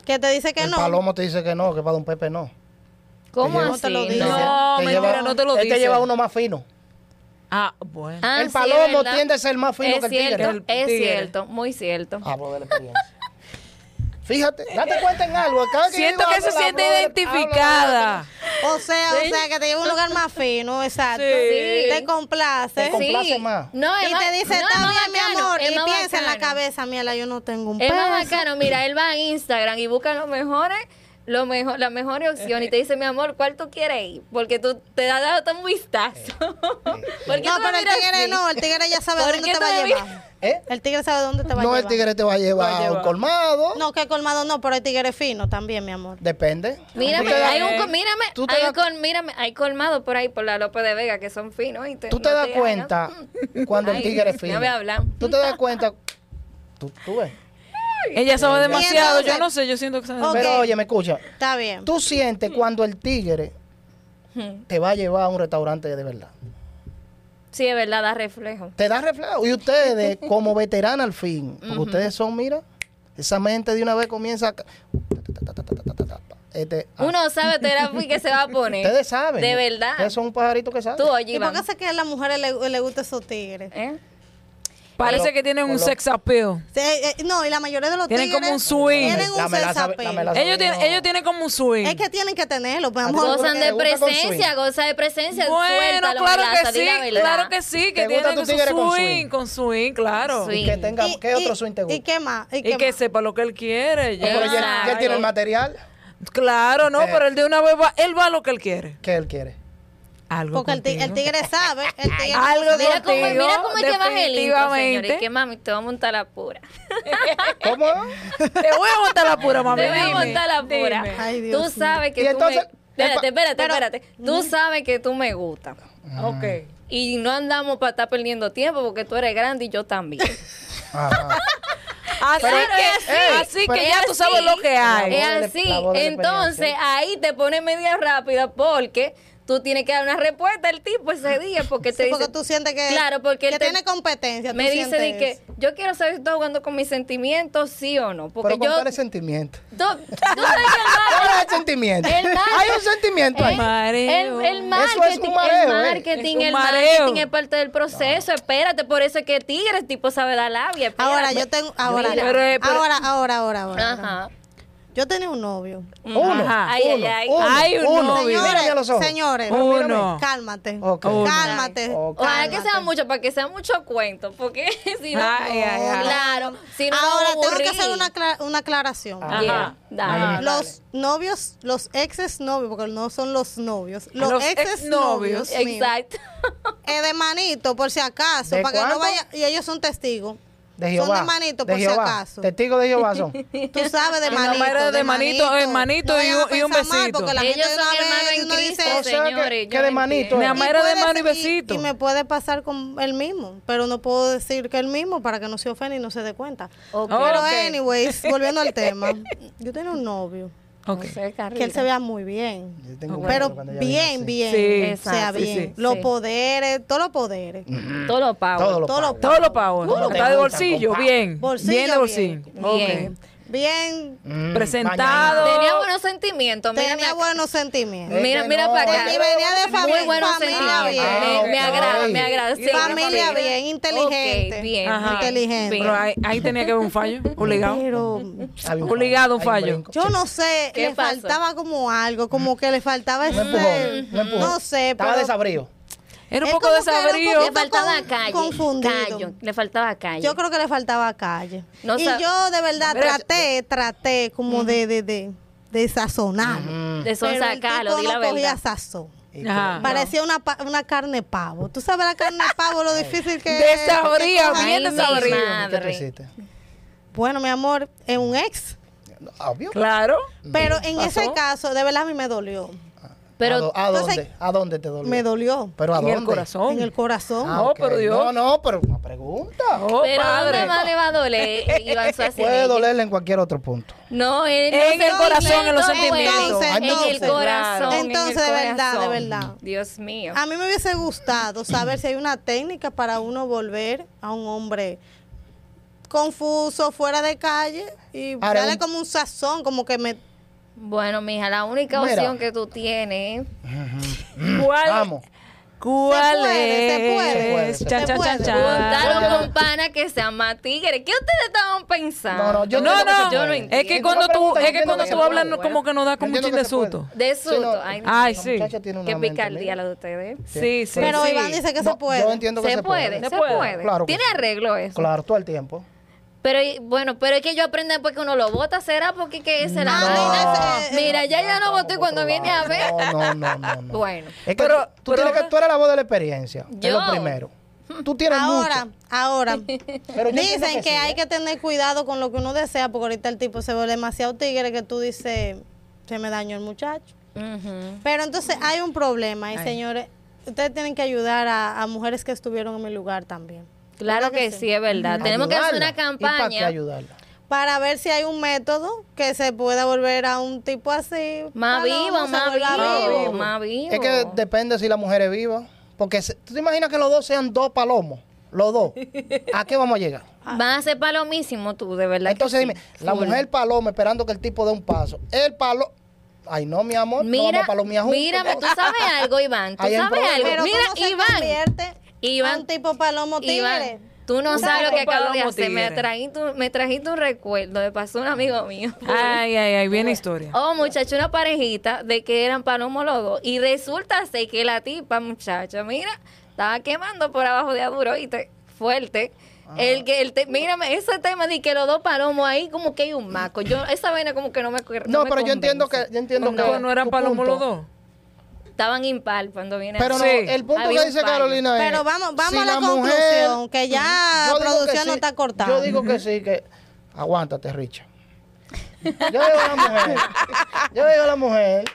[SPEAKER 1] que te dice que
[SPEAKER 2] el
[SPEAKER 1] no.
[SPEAKER 2] palomo te dice que no, que para Don Pepe no.
[SPEAKER 4] ¿Cómo
[SPEAKER 2] lleva-
[SPEAKER 4] así?
[SPEAKER 1] te lo
[SPEAKER 2] Te
[SPEAKER 1] No,
[SPEAKER 2] lleva- te
[SPEAKER 3] mentira,
[SPEAKER 2] lleva-
[SPEAKER 3] no te lo
[SPEAKER 2] Él te
[SPEAKER 3] dice.
[SPEAKER 2] lleva uno más fino.
[SPEAKER 3] Ah, bueno.
[SPEAKER 4] Ah,
[SPEAKER 2] el
[SPEAKER 4] sí,
[SPEAKER 2] palomo
[SPEAKER 4] ¿verdad?
[SPEAKER 2] tiende a ser más fino
[SPEAKER 4] es
[SPEAKER 2] que el tigre. Ah, pues,
[SPEAKER 4] cierto,
[SPEAKER 3] El
[SPEAKER 4] es
[SPEAKER 3] tigre.
[SPEAKER 4] cierto, muy cierto.
[SPEAKER 2] Hablo de la experiencia. Fíjate, date cuenta en algo. cada yo
[SPEAKER 3] Siento
[SPEAKER 2] digo
[SPEAKER 3] que
[SPEAKER 2] hablo
[SPEAKER 3] se
[SPEAKER 2] de la-
[SPEAKER 3] siente
[SPEAKER 2] hablo de-
[SPEAKER 3] identificada.
[SPEAKER 1] O sea, o sea, que te lleva a un lugar más fino, exacto.
[SPEAKER 3] Sí.
[SPEAKER 1] Te complace.
[SPEAKER 2] Te com- complace más.
[SPEAKER 4] No, es
[SPEAKER 1] y
[SPEAKER 4] más-
[SPEAKER 1] te dice,
[SPEAKER 4] no,
[SPEAKER 1] está
[SPEAKER 4] es más
[SPEAKER 1] bien, mi
[SPEAKER 4] bacano,
[SPEAKER 1] amor.
[SPEAKER 4] es
[SPEAKER 1] Y
[SPEAKER 4] más
[SPEAKER 1] piensa en la
[SPEAKER 4] bacano.
[SPEAKER 1] cabeza, mira, yo no tengo un
[SPEAKER 4] Es
[SPEAKER 1] peso.
[SPEAKER 4] más bacano, mira, él va a Instagram y busca los mejores, lo mejor, la mejor opción y te dice, mi amor, ¿cuál tú quieres ir? Porque tú te has dado un
[SPEAKER 2] Eh,
[SPEAKER 4] vistazo. Porque
[SPEAKER 1] No, pero el tigre no, el tigre ya sabe
[SPEAKER 4] ¿Por
[SPEAKER 1] dónde
[SPEAKER 4] qué
[SPEAKER 1] te va a
[SPEAKER 4] todavía?
[SPEAKER 1] llevar.
[SPEAKER 2] ¿Eh?
[SPEAKER 1] El tigre sabe dónde te va
[SPEAKER 2] No,
[SPEAKER 1] a llevar.
[SPEAKER 2] el tigre te va a llevar
[SPEAKER 3] Va a
[SPEAKER 2] a un
[SPEAKER 3] llevar.
[SPEAKER 2] colmado.
[SPEAKER 1] No, que colmado no, pero el tigre es fino también, mi amor.
[SPEAKER 2] Depende.
[SPEAKER 4] Mírame,
[SPEAKER 2] Tú te das-
[SPEAKER 4] hay un, co- mírame,
[SPEAKER 2] tú te
[SPEAKER 4] hay
[SPEAKER 2] das-
[SPEAKER 4] un col- mírame, hay colmado por ahí por la Lope de Vega que son finos. ¿oíste?
[SPEAKER 2] Tú te
[SPEAKER 4] No
[SPEAKER 2] das
[SPEAKER 4] hagas-
[SPEAKER 2] cuenta cuando el
[SPEAKER 4] Ay,
[SPEAKER 2] tigre es
[SPEAKER 4] ya
[SPEAKER 2] fino.
[SPEAKER 4] voy a hablar.
[SPEAKER 2] Tú te das cuenta. Tú, tú ves.
[SPEAKER 3] Ella sabe demasiado.
[SPEAKER 1] entonces-
[SPEAKER 3] Yo no sé, yo siento que sabe.
[SPEAKER 1] Ok.
[SPEAKER 2] Pero oye, me escucha.
[SPEAKER 1] Está bien.
[SPEAKER 2] Tú sientes cuando el tigre
[SPEAKER 4] Hmm.
[SPEAKER 2] te va a llevar a un restaurante de verdad.
[SPEAKER 4] Sí, es verdad, da reflejo.
[SPEAKER 2] Te da reflejo. Y ustedes, como veterana al fin, porque ustedes son, mira, esa mente de una vez comienza. a ca- Este, ah,
[SPEAKER 4] Uno sabe terapia que se va a poner.
[SPEAKER 2] ustedes saben.
[SPEAKER 4] De verdad.
[SPEAKER 2] Ustedes son un pajarito que sabe.
[SPEAKER 4] Tú, oye,
[SPEAKER 1] ¿Y por
[SPEAKER 4] Iván.
[SPEAKER 1] qué hace que a las mujeres le, le gusta esos tigres?
[SPEAKER 4] ¿Eh?
[SPEAKER 3] Parece que tienen un
[SPEAKER 2] Colo-
[SPEAKER 3] sex appeal.
[SPEAKER 1] Sí, eh, no, y la mayoría de los
[SPEAKER 3] Tienen
[SPEAKER 1] tigres
[SPEAKER 3] como un swing.
[SPEAKER 1] Tienen un
[SPEAKER 2] Dámela,
[SPEAKER 1] sex
[SPEAKER 2] sabe-
[SPEAKER 1] appeal.
[SPEAKER 2] dámela, sabe. Ah,
[SPEAKER 3] Ellos tienen, ellos tienen como un swing.
[SPEAKER 1] Es que tienen que tenerlo, pues,
[SPEAKER 2] A ti
[SPEAKER 1] amor.
[SPEAKER 2] te
[SPEAKER 1] porque-
[SPEAKER 4] Gozan de
[SPEAKER 2] gusta con
[SPEAKER 4] presencia, gozan de presencia.
[SPEAKER 3] bueno,
[SPEAKER 4] suéltalo,
[SPEAKER 3] claro
[SPEAKER 4] melaza,
[SPEAKER 3] que
[SPEAKER 4] di
[SPEAKER 3] sí,
[SPEAKER 4] la verdad.
[SPEAKER 3] claro que sí,
[SPEAKER 2] ¿Te
[SPEAKER 3] que
[SPEAKER 2] gusta
[SPEAKER 3] tienen
[SPEAKER 2] tu
[SPEAKER 3] su
[SPEAKER 2] tigre con
[SPEAKER 3] swing,
[SPEAKER 2] swing?
[SPEAKER 3] con swing, claro.
[SPEAKER 4] Swing.
[SPEAKER 2] Y que tenga,
[SPEAKER 1] Y-
[SPEAKER 2] ¿Qué
[SPEAKER 1] y-
[SPEAKER 2] otro swing te gusta?
[SPEAKER 1] ¿Y qué más? ¿Y
[SPEAKER 3] Y
[SPEAKER 1] qué
[SPEAKER 3] que
[SPEAKER 1] más?
[SPEAKER 3] sepa lo que él quiere. ya.
[SPEAKER 2] Pero ya, ya él tiene el material
[SPEAKER 3] Claro, no,
[SPEAKER 2] Eh.
[SPEAKER 3] pero él de una vez va, él va a lo que él quiere.
[SPEAKER 2] que él quiere.
[SPEAKER 3] Algo
[SPEAKER 1] Porque el tigre, el
[SPEAKER 3] contigo.
[SPEAKER 1] tigre sabe. El tigre
[SPEAKER 3] Algo
[SPEAKER 4] Mira cómo,
[SPEAKER 3] contigo,
[SPEAKER 4] mira cómo es que baja el intro, señores.
[SPEAKER 3] definitivamente.
[SPEAKER 4] Que mami, te voy a montar la pura.
[SPEAKER 2] ¿Cómo?
[SPEAKER 3] Te voy a montar la pura, mami.
[SPEAKER 4] te voy a
[SPEAKER 3] dime,
[SPEAKER 4] montar la pura.
[SPEAKER 3] dime.
[SPEAKER 1] Ay, Dios mío.
[SPEAKER 4] tú sabes que
[SPEAKER 2] Y
[SPEAKER 4] tú
[SPEAKER 2] entonces-
[SPEAKER 4] me... Espérate, espérate,
[SPEAKER 1] Pero-
[SPEAKER 4] espérate. Tú sabes que tú me gustas.
[SPEAKER 2] Mm.
[SPEAKER 3] Ok.
[SPEAKER 4] Y no andamos para estar perdiendo tiempo porque tú eres grande y yo también.
[SPEAKER 2] Ajá.
[SPEAKER 3] Así
[SPEAKER 4] Pero-
[SPEAKER 3] que, eh,
[SPEAKER 4] Ey,
[SPEAKER 3] así
[SPEAKER 2] pero-
[SPEAKER 3] que ya tú sabes lo que
[SPEAKER 4] Es
[SPEAKER 3] hay.
[SPEAKER 2] voz de la-
[SPEAKER 4] así.
[SPEAKER 2] la voz de la
[SPEAKER 4] Entonces,
[SPEAKER 2] experiencia.
[SPEAKER 4] ahí te pones media rápida porque tú tienes que dar una respuesta al tipo ese día porque
[SPEAKER 1] Sí,
[SPEAKER 4] te dice...
[SPEAKER 1] porque tú sientes que,
[SPEAKER 4] Claro, porque él
[SPEAKER 1] que
[SPEAKER 4] te-
[SPEAKER 1] tiene competencia. tú
[SPEAKER 4] me dice
[SPEAKER 1] sientes
[SPEAKER 4] de que
[SPEAKER 1] eso.
[SPEAKER 4] yo quiero saber si estás jugando con mis sentimientos, sí o no. Porque
[SPEAKER 2] Pero con
[SPEAKER 4] yo.
[SPEAKER 2] cuál es el sentimiento.
[SPEAKER 4] tú, tú sabes que
[SPEAKER 3] Ah,
[SPEAKER 4] el mar-
[SPEAKER 2] ¿Cuál es el sentimiento?
[SPEAKER 4] El mar-
[SPEAKER 2] Hay un sentimiento ahí.
[SPEAKER 3] Mareo.
[SPEAKER 4] El, el
[SPEAKER 2] Eso es
[SPEAKER 4] marketing,
[SPEAKER 2] un mareo, eh.
[SPEAKER 4] el
[SPEAKER 3] Es
[SPEAKER 4] marketing,
[SPEAKER 3] un
[SPEAKER 4] el
[SPEAKER 3] mareo.
[SPEAKER 4] marketing es parte del proceso. Espérate, por eso es que Tigres tipo sabe dar labia. espérate.
[SPEAKER 1] Ahora, yo tengo. Ahora,
[SPEAKER 4] Mira.
[SPEAKER 3] Pero, eh, pero-
[SPEAKER 1] ahora, ahora, ahora, ahora.
[SPEAKER 4] Ajá.
[SPEAKER 1] Yo tenía un novio.
[SPEAKER 2] Uno,
[SPEAKER 3] Ajá.
[SPEAKER 4] Ay, ay,
[SPEAKER 2] uno,
[SPEAKER 4] ay.
[SPEAKER 2] uno,
[SPEAKER 3] Hay un
[SPEAKER 2] uno.
[SPEAKER 3] novio.
[SPEAKER 2] Mírame a los ojos.
[SPEAKER 1] señores,
[SPEAKER 3] Uno.
[SPEAKER 1] mírame, cálmate.
[SPEAKER 2] Ok.
[SPEAKER 3] Uno.
[SPEAKER 1] Cálmate.
[SPEAKER 2] Ok.
[SPEAKER 4] Ojalá que
[SPEAKER 1] cálmate.
[SPEAKER 4] sea mucho, para que sea mucho cuento. Porque si no.
[SPEAKER 3] Ay, ay, ay.
[SPEAKER 4] Claro. Si no,
[SPEAKER 1] ahora
[SPEAKER 4] nos
[SPEAKER 1] tengo que
[SPEAKER 4] aburrí.
[SPEAKER 1] hacer una, cla- una aclaración.
[SPEAKER 2] Ajá.
[SPEAKER 4] Yeah,
[SPEAKER 3] Ah,
[SPEAKER 4] dale.
[SPEAKER 1] Los novios, los exes novios, porque no son los novios, los,
[SPEAKER 3] Los
[SPEAKER 1] exes novios.
[SPEAKER 3] exnovios.
[SPEAKER 4] Exacto.
[SPEAKER 1] Es de manito, por si acaso,
[SPEAKER 2] ¿De
[SPEAKER 1] para que no
[SPEAKER 2] cuánto?
[SPEAKER 1] vaya. Y ellos son testigos.
[SPEAKER 2] De Jehová.
[SPEAKER 1] Son de manito, por
[SPEAKER 2] de Jehová.
[SPEAKER 1] si acaso.
[SPEAKER 2] Testigo de Jehová son.
[SPEAKER 1] Tú sabes, de
[SPEAKER 3] Mi mamá
[SPEAKER 1] manito.
[SPEAKER 3] era de manito, hermanito
[SPEAKER 1] vayan
[SPEAKER 3] y
[SPEAKER 1] a
[SPEAKER 3] un- y un
[SPEAKER 1] pensar mal,
[SPEAKER 3] besito.
[SPEAKER 1] porque la
[SPEAKER 4] Ellos
[SPEAKER 1] gente de
[SPEAKER 4] son
[SPEAKER 1] una vez
[SPEAKER 4] hermanos en
[SPEAKER 1] uno dice,
[SPEAKER 4] Cristo,
[SPEAKER 2] O sea, que-
[SPEAKER 4] señores.
[SPEAKER 2] que
[SPEAKER 4] yo
[SPEAKER 2] de
[SPEAKER 4] no
[SPEAKER 2] manito
[SPEAKER 4] entiendo.
[SPEAKER 2] es.
[SPEAKER 3] Mi
[SPEAKER 1] y
[SPEAKER 3] mamá era de
[SPEAKER 1] puede
[SPEAKER 3] mano y
[SPEAKER 1] ser-
[SPEAKER 3] besito.
[SPEAKER 1] Y, me puede pasar con el mismo, pero no puedo decir que el mismo para que no se ofenda y no se dé cuenta.
[SPEAKER 4] Ok.
[SPEAKER 1] Pero,
[SPEAKER 3] Ok.
[SPEAKER 1] anyways, volviendo al tema, yo tenía un novio
[SPEAKER 4] No
[SPEAKER 3] Ok.
[SPEAKER 4] sé,
[SPEAKER 1] que él
[SPEAKER 4] Carlita.
[SPEAKER 1] se vea muy bien,
[SPEAKER 2] Yo tengo un
[SPEAKER 1] pero
[SPEAKER 2] momento cuando ella dijo
[SPEAKER 1] bien,
[SPEAKER 2] así.
[SPEAKER 1] bien.
[SPEAKER 3] Sí,
[SPEAKER 1] o sea,
[SPEAKER 4] exacto,
[SPEAKER 3] sí,
[SPEAKER 1] bien.
[SPEAKER 3] sí.
[SPEAKER 1] Los
[SPEAKER 4] Sí.
[SPEAKER 1] poderes, todos los poderes.
[SPEAKER 4] Todo lo pago.
[SPEAKER 2] Todo lo
[SPEAKER 1] Todos los
[SPEAKER 2] pago.
[SPEAKER 3] Todo lo pago.
[SPEAKER 2] Todo
[SPEAKER 3] Está de
[SPEAKER 2] te
[SPEAKER 3] bolsillo,
[SPEAKER 2] gusta,
[SPEAKER 3] bien.
[SPEAKER 1] Bolsillo,
[SPEAKER 3] bien de
[SPEAKER 1] bien.
[SPEAKER 3] bolsillo.
[SPEAKER 4] Bien.
[SPEAKER 3] Ok.
[SPEAKER 1] Bien,
[SPEAKER 2] Mm,
[SPEAKER 3] Presentado.
[SPEAKER 4] Tenía buenos sentimientos. mira,
[SPEAKER 1] tenía
[SPEAKER 4] mira-
[SPEAKER 1] buenos sentimientos.
[SPEAKER 2] Eh,
[SPEAKER 4] Mira,
[SPEAKER 2] que
[SPEAKER 4] mira
[SPEAKER 2] no,
[SPEAKER 4] para
[SPEAKER 2] es
[SPEAKER 4] acá.
[SPEAKER 2] que
[SPEAKER 1] venía de
[SPEAKER 4] Muy
[SPEAKER 1] familia-
[SPEAKER 4] buenos
[SPEAKER 1] familia
[SPEAKER 4] sentimientos.
[SPEAKER 1] bien.
[SPEAKER 4] Me- me,
[SPEAKER 2] Ah, ok.
[SPEAKER 4] agrada, me agrada. sí,
[SPEAKER 1] Familia
[SPEAKER 4] una
[SPEAKER 1] bien, inteligente.
[SPEAKER 4] Ok, bien.
[SPEAKER 3] Ajá.
[SPEAKER 1] Inteligente.
[SPEAKER 3] Pero ahí, ahí tenía que haber un fallo, obligado.
[SPEAKER 1] Pero
[SPEAKER 2] Había un
[SPEAKER 3] Obligado,
[SPEAKER 2] fallo, hay
[SPEAKER 3] fallo.
[SPEAKER 2] brinco.
[SPEAKER 1] yo no sé,
[SPEAKER 4] ¿Qué
[SPEAKER 1] le
[SPEAKER 4] pasó?
[SPEAKER 1] faltaba como algo, como que le faltaba
[SPEAKER 2] Un
[SPEAKER 1] ese...
[SPEAKER 2] empujón, un empujón.
[SPEAKER 1] No sé,
[SPEAKER 2] Estaba
[SPEAKER 1] pero-
[SPEAKER 2] desabrido.
[SPEAKER 3] Era un
[SPEAKER 1] Es
[SPEAKER 3] poco
[SPEAKER 1] como que era un
[SPEAKER 3] desabrido.
[SPEAKER 1] poquito
[SPEAKER 4] Le faltaba
[SPEAKER 1] con-
[SPEAKER 4] calle.
[SPEAKER 1] confundido.
[SPEAKER 4] Callo. Le faltaba calle. Mm.
[SPEAKER 1] Yo creo que le faltaba calle.
[SPEAKER 4] No
[SPEAKER 1] y
[SPEAKER 4] sab-
[SPEAKER 1] yo de verdad
[SPEAKER 3] Mira,
[SPEAKER 1] traté, traté como de, de, de, de sazonarlo.
[SPEAKER 4] De son
[SPEAKER 1] Pero el
[SPEAKER 4] sacarlo,
[SPEAKER 1] tipo
[SPEAKER 4] di
[SPEAKER 1] no
[SPEAKER 4] la
[SPEAKER 1] cogía
[SPEAKER 4] verdad.
[SPEAKER 1] sazón.
[SPEAKER 2] Y
[SPEAKER 3] Ajá.
[SPEAKER 1] Parecía una, pa- una carne pavo. ¿Tú sabes la carne pavo, lo difícil que es?
[SPEAKER 3] Desabría,
[SPEAKER 1] que coja?
[SPEAKER 3] bien
[SPEAKER 4] Ay, mi
[SPEAKER 3] desabrido.
[SPEAKER 4] madre.
[SPEAKER 2] ¿Qué tú hiciste?
[SPEAKER 1] Bueno, mi amor, es un ex.
[SPEAKER 2] No, Obvio.
[SPEAKER 3] Claro.
[SPEAKER 1] Pero en
[SPEAKER 3] Pasó.
[SPEAKER 1] ese caso, de verdad a mí me dolió.
[SPEAKER 4] Pero-
[SPEAKER 2] ¿A, do- a
[SPEAKER 1] entonces-
[SPEAKER 2] dónde? ¿A dónde te dolió?
[SPEAKER 1] Me dolió.
[SPEAKER 2] ¿Pero a
[SPEAKER 3] En
[SPEAKER 2] dónde?
[SPEAKER 3] el corazón.
[SPEAKER 1] En el corazón.
[SPEAKER 2] Ah,
[SPEAKER 3] No,
[SPEAKER 2] ok.
[SPEAKER 3] pero Dios.
[SPEAKER 2] No, no, pero una pregunta.
[SPEAKER 3] Oh,
[SPEAKER 4] Pero
[SPEAKER 3] padre.
[SPEAKER 4] ¿dónde más le va a doler, Iván Schwarzenegger?
[SPEAKER 2] Puede dolerle en cualquier otro punto.
[SPEAKER 4] No, en, los
[SPEAKER 3] En el corazón, en los
[SPEAKER 4] güey.
[SPEAKER 3] sentimientos.
[SPEAKER 1] Entonces,
[SPEAKER 4] en el
[SPEAKER 1] entonces,
[SPEAKER 4] corazón. en el
[SPEAKER 1] entonces, de verdad, de
[SPEAKER 4] corazón. Ah.
[SPEAKER 1] verdad.
[SPEAKER 4] Dios mío.
[SPEAKER 1] A mí me hubiese gustado saber si hay una técnica para uno volver a un hombre confuso, fuera de calle y
[SPEAKER 2] Ahora,
[SPEAKER 1] darle
[SPEAKER 2] un-
[SPEAKER 1] como un sazón, como que me...
[SPEAKER 4] Bueno, mija, la única
[SPEAKER 2] Mira.
[SPEAKER 4] opción que tú tienes.
[SPEAKER 3] ¿Cuál,
[SPEAKER 2] Mm, Vamos.
[SPEAKER 3] ¿Cuál
[SPEAKER 1] Se puede, se
[SPEAKER 2] puede,
[SPEAKER 3] es?
[SPEAKER 2] se
[SPEAKER 3] Chan,
[SPEAKER 1] puede.
[SPEAKER 3] chan, chan, chan.
[SPEAKER 4] Juntaron
[SPEAKER 2] Oye,
[SPEAKER 4] con pana que se llama tigre. ¿Qué ustedes estaban pensando?
[SPEAKER 2] No, no, yo
[SPEAKER 3] No,
[SPEAKER 2] entiendo que
[SPEAKER 3] no.
[SPEAKER 2] se puede.
[SPEAKER 4] Yo no
[SPEAKER 3] es que
[SPEAKER 4] entiendo.
[SPEAKER 3] cuando
[SPEAKER 2] Una
[SPEAKER 3] tú,
[SPEAKER 2] pregunta,
[SPEAKER 3] es que
[SPEAKER 2] entiendo
[SPEAKER 3] cuando
[SPEAKER 2] que
[SPEAKER 3] tú
[SPEAKER 2] se
[SPEAKER 3] hablas
[SPEAKER 2] puede.
[SPEAKER 3] como que nos da como un chin
[SPEAKER 2] Entiendo
[SPEAKER 3] de
[SPEAKER 2] que se puede.
[SPEAKER 3] susto.
[SPEAKER 4] De
[SPEAKER 2] Sí, no, Ah,
[SPEAKER 4] susto. Ay,
[SPEAKER 3] Ay,
[SPEAKER 2] la
[SPEAKER 3] sí.
[SPEAKER 2] muchacha tiene una
[SPEAKER 4] Qué
[SPEAKER 2] mente,
[SPEAKER 4] picardía
[SPEAKER 2] mira.
[SPEAKER 4] la de ustedes.
[SPEAKER 3] Sí, sí.
[SPEAKER 1] Pero
[SPEAKER 3] sí.
[SPEAKER 1] Iván dice que
[SPEAKER 2] No,
[SPEAKER 1] se puede.
[SPEAKER 2] Yo entiendo que
[SPEAKER 4] Se,
[SPEAKER 2] se,
[SPEAKER 4] puede, se
[SPEAKER 3] puede.
[SPEAKER 4] puede.
[SPEAKER 2] Claro que
[SPEAKER 4] Tiene
[SPEAKER 2] sí.
[SPEAKER 4] arreglo eso.
[SPEAKER 2] Claro, todo el tiempo.
[SPEAKER 4] Pero y- bueno, pero es que yo aprendo después que uno lo vota, será porque que es la
[SPEAKER 1] No.
[SPEAKER 4] vaina.
[SPEAKER 1] Ese-
[SPEAKER 4] Mira, ya yo no voté y cuando viene a ver.
[SPEAKER 2] No, no, no, no. no.
[SPEAKER 4] Bueno.
[SPEAKER 2] Es que
[SPEAKER 3] Pero-
[SPEAKER 2] tú, tú tienes
[SPEAKER 3] pero-
[SPEAKER 2] que, tú eres la voz de la experiencia. Es
[SPEAKER 4] Yo.
[SPEAKER 2] lo primero. Tú tienes
[SPEAKER 1] Ahora,
[SPEAKER 2] mucho.
[SPEAKER 1] ahora,
[SPEAKER 2] Pero yo entiendo
[SPEAKER 1] dicen que,
[SPEAKER 2] sí,
[SPEAKER 1] hay
[SPEAKER 2] ¿eh?
[SPEAKER 1] que tener cuidado con lo que uno desea, porque ahorita el tipo se ve demasiado tigre que tú dices, se me dañó el muchacho.
[SPEAKER 4] Ujú.
[SPEAKER 1] Pero entonces hay un problema, y
[SPEAKER 3] Ay.
[SPEAKER 1] señores, ustedes tienen que ayudar a, a mujeres que estuvieron en mi lugar también.
[SPEAKER 4] Claro que sí, es verdad. Tenemos que hacer
[SPEAKER 2] Ayudarla.
[SPEAKER 4] una
[SPEAKER 2] ¿Y para qué
[SPEAKER 4] campaña.
[SPEAKER 2] ayudarla?
[SPEAKER 1] para ver si hay un método que se pueda volver a un tipo así.
[SPEAKER 4] Más
[SPEAKER 1] palomo,
[SPEAKER 4] vivo,
[SPEAKER 1] se
[SPEAKER 4] más
[SPEAKER 1] vuelva
[SPEAKER 4] vivo, más vivo.
[SPEAKER 2] Es que depende si la mujer es viva. Porque se- tú te imaginas que los dos sean dos palomos. Los dos. ¿A qué vamos a llegar?
[SPEAKER 4] Vas a ser palomísimo tú, de verdad. que
[SPEAKER 2] Entonces
[SPEAKER 4] sí.
[SPEAKER 2] dime, la mujer paloma esperando que el tipo dé un paso. El palo. Ay, no, mi amor. Oh, no vamos
[SPEAKER 4] Mira,
[SPEAKER 2] a palomear juntos.
[SPEAKER 4] mírame, tú sabes algo, Iván. Tú
[SPEAKER 2] Ahí hay un
[SPEAKER 4] sabes
[SPEAKER 2] problema.
[SPEAKER 4] algo.
[SPEAKER 1] Pero
[SPEAKER 4] Mira,
[SPEAKER 1] ¿cómo se
[SPEAKER 4] Iván.
[SPEAKER 1] convierte
[SPEAKER 4] Iván,
[SPEAKER 1] a un tipo palomo tigre?
[SPEAKER 4] Iván, tú no
[SPEAKER 3] Un
[SPEAKER 4] sabes lo que
[SPEAKER 3] tipo
[SPEAKER 4] acabo de
[SPEAKER 3] palomo
[SPEAKER 4] hacer. Me
[SPEAKER 3] tigre.
[SPEAKER 4] trajiste, un- me trajiste un recuerdo. Me pasó un amigo mío.
[SPEAKER 3] Ay, ay, ay, viene historia.
[SPEAKER 4] Oh, muchacho, una parejita de que eran palomólogos. Y resulta ser que la tipa, muchacha, mira, estaba quemando por abajo de aduro, ¿viste? Fuerte. El que, el te- mírame, ese tema de que los dos palomos ahí, como que hay un maco. Yo, esa vaina como que no me acuerdo.
[SPEAKER 2] No, pero yo entiendo que. Yo entiendo
[SPEAKER 3] Porque
[SPEAKER 2] que
[SPEAKER 3] no eran
[SPEAKER 2] tu
[SPEAKER 3] palomos
[SPEAKER 2] punto-
[SPEAKER 3] los dos.
[SPEAKER 4] Estaban impar cuando viene
[SPEAKER 2] Pero no,
[SPEAKER 3] Sí.
[SPEAKER 2] el punto
[SPEAKER 4] Había
[SPEAKER 2] que
[SPEAKER 4] un
[SPEAKER 2] dice
[SPEAKER 4] fallo.
[SPEAKER 2] Carolina es.
[SPEAKER 1] Pero vamos, vamos
[SPEAKER 2] si
[SPEAKER 1] a la,
[SPEAKER 2] mujer-
[SPEAKER 1] conclusión, que ya
[SPEAKER 2] Yo
[SPEAKER 1] la
[SPEAKER 2] digo que
[SPEAKER 1] producción
[SPEAKER 2] sí,
[SPEAKER 1] no está cortada.
[SPEAKER 2] Yo digo que sí, que. Aguántate, Richa. Yo digo a la mujer. Yo digo a la mujer.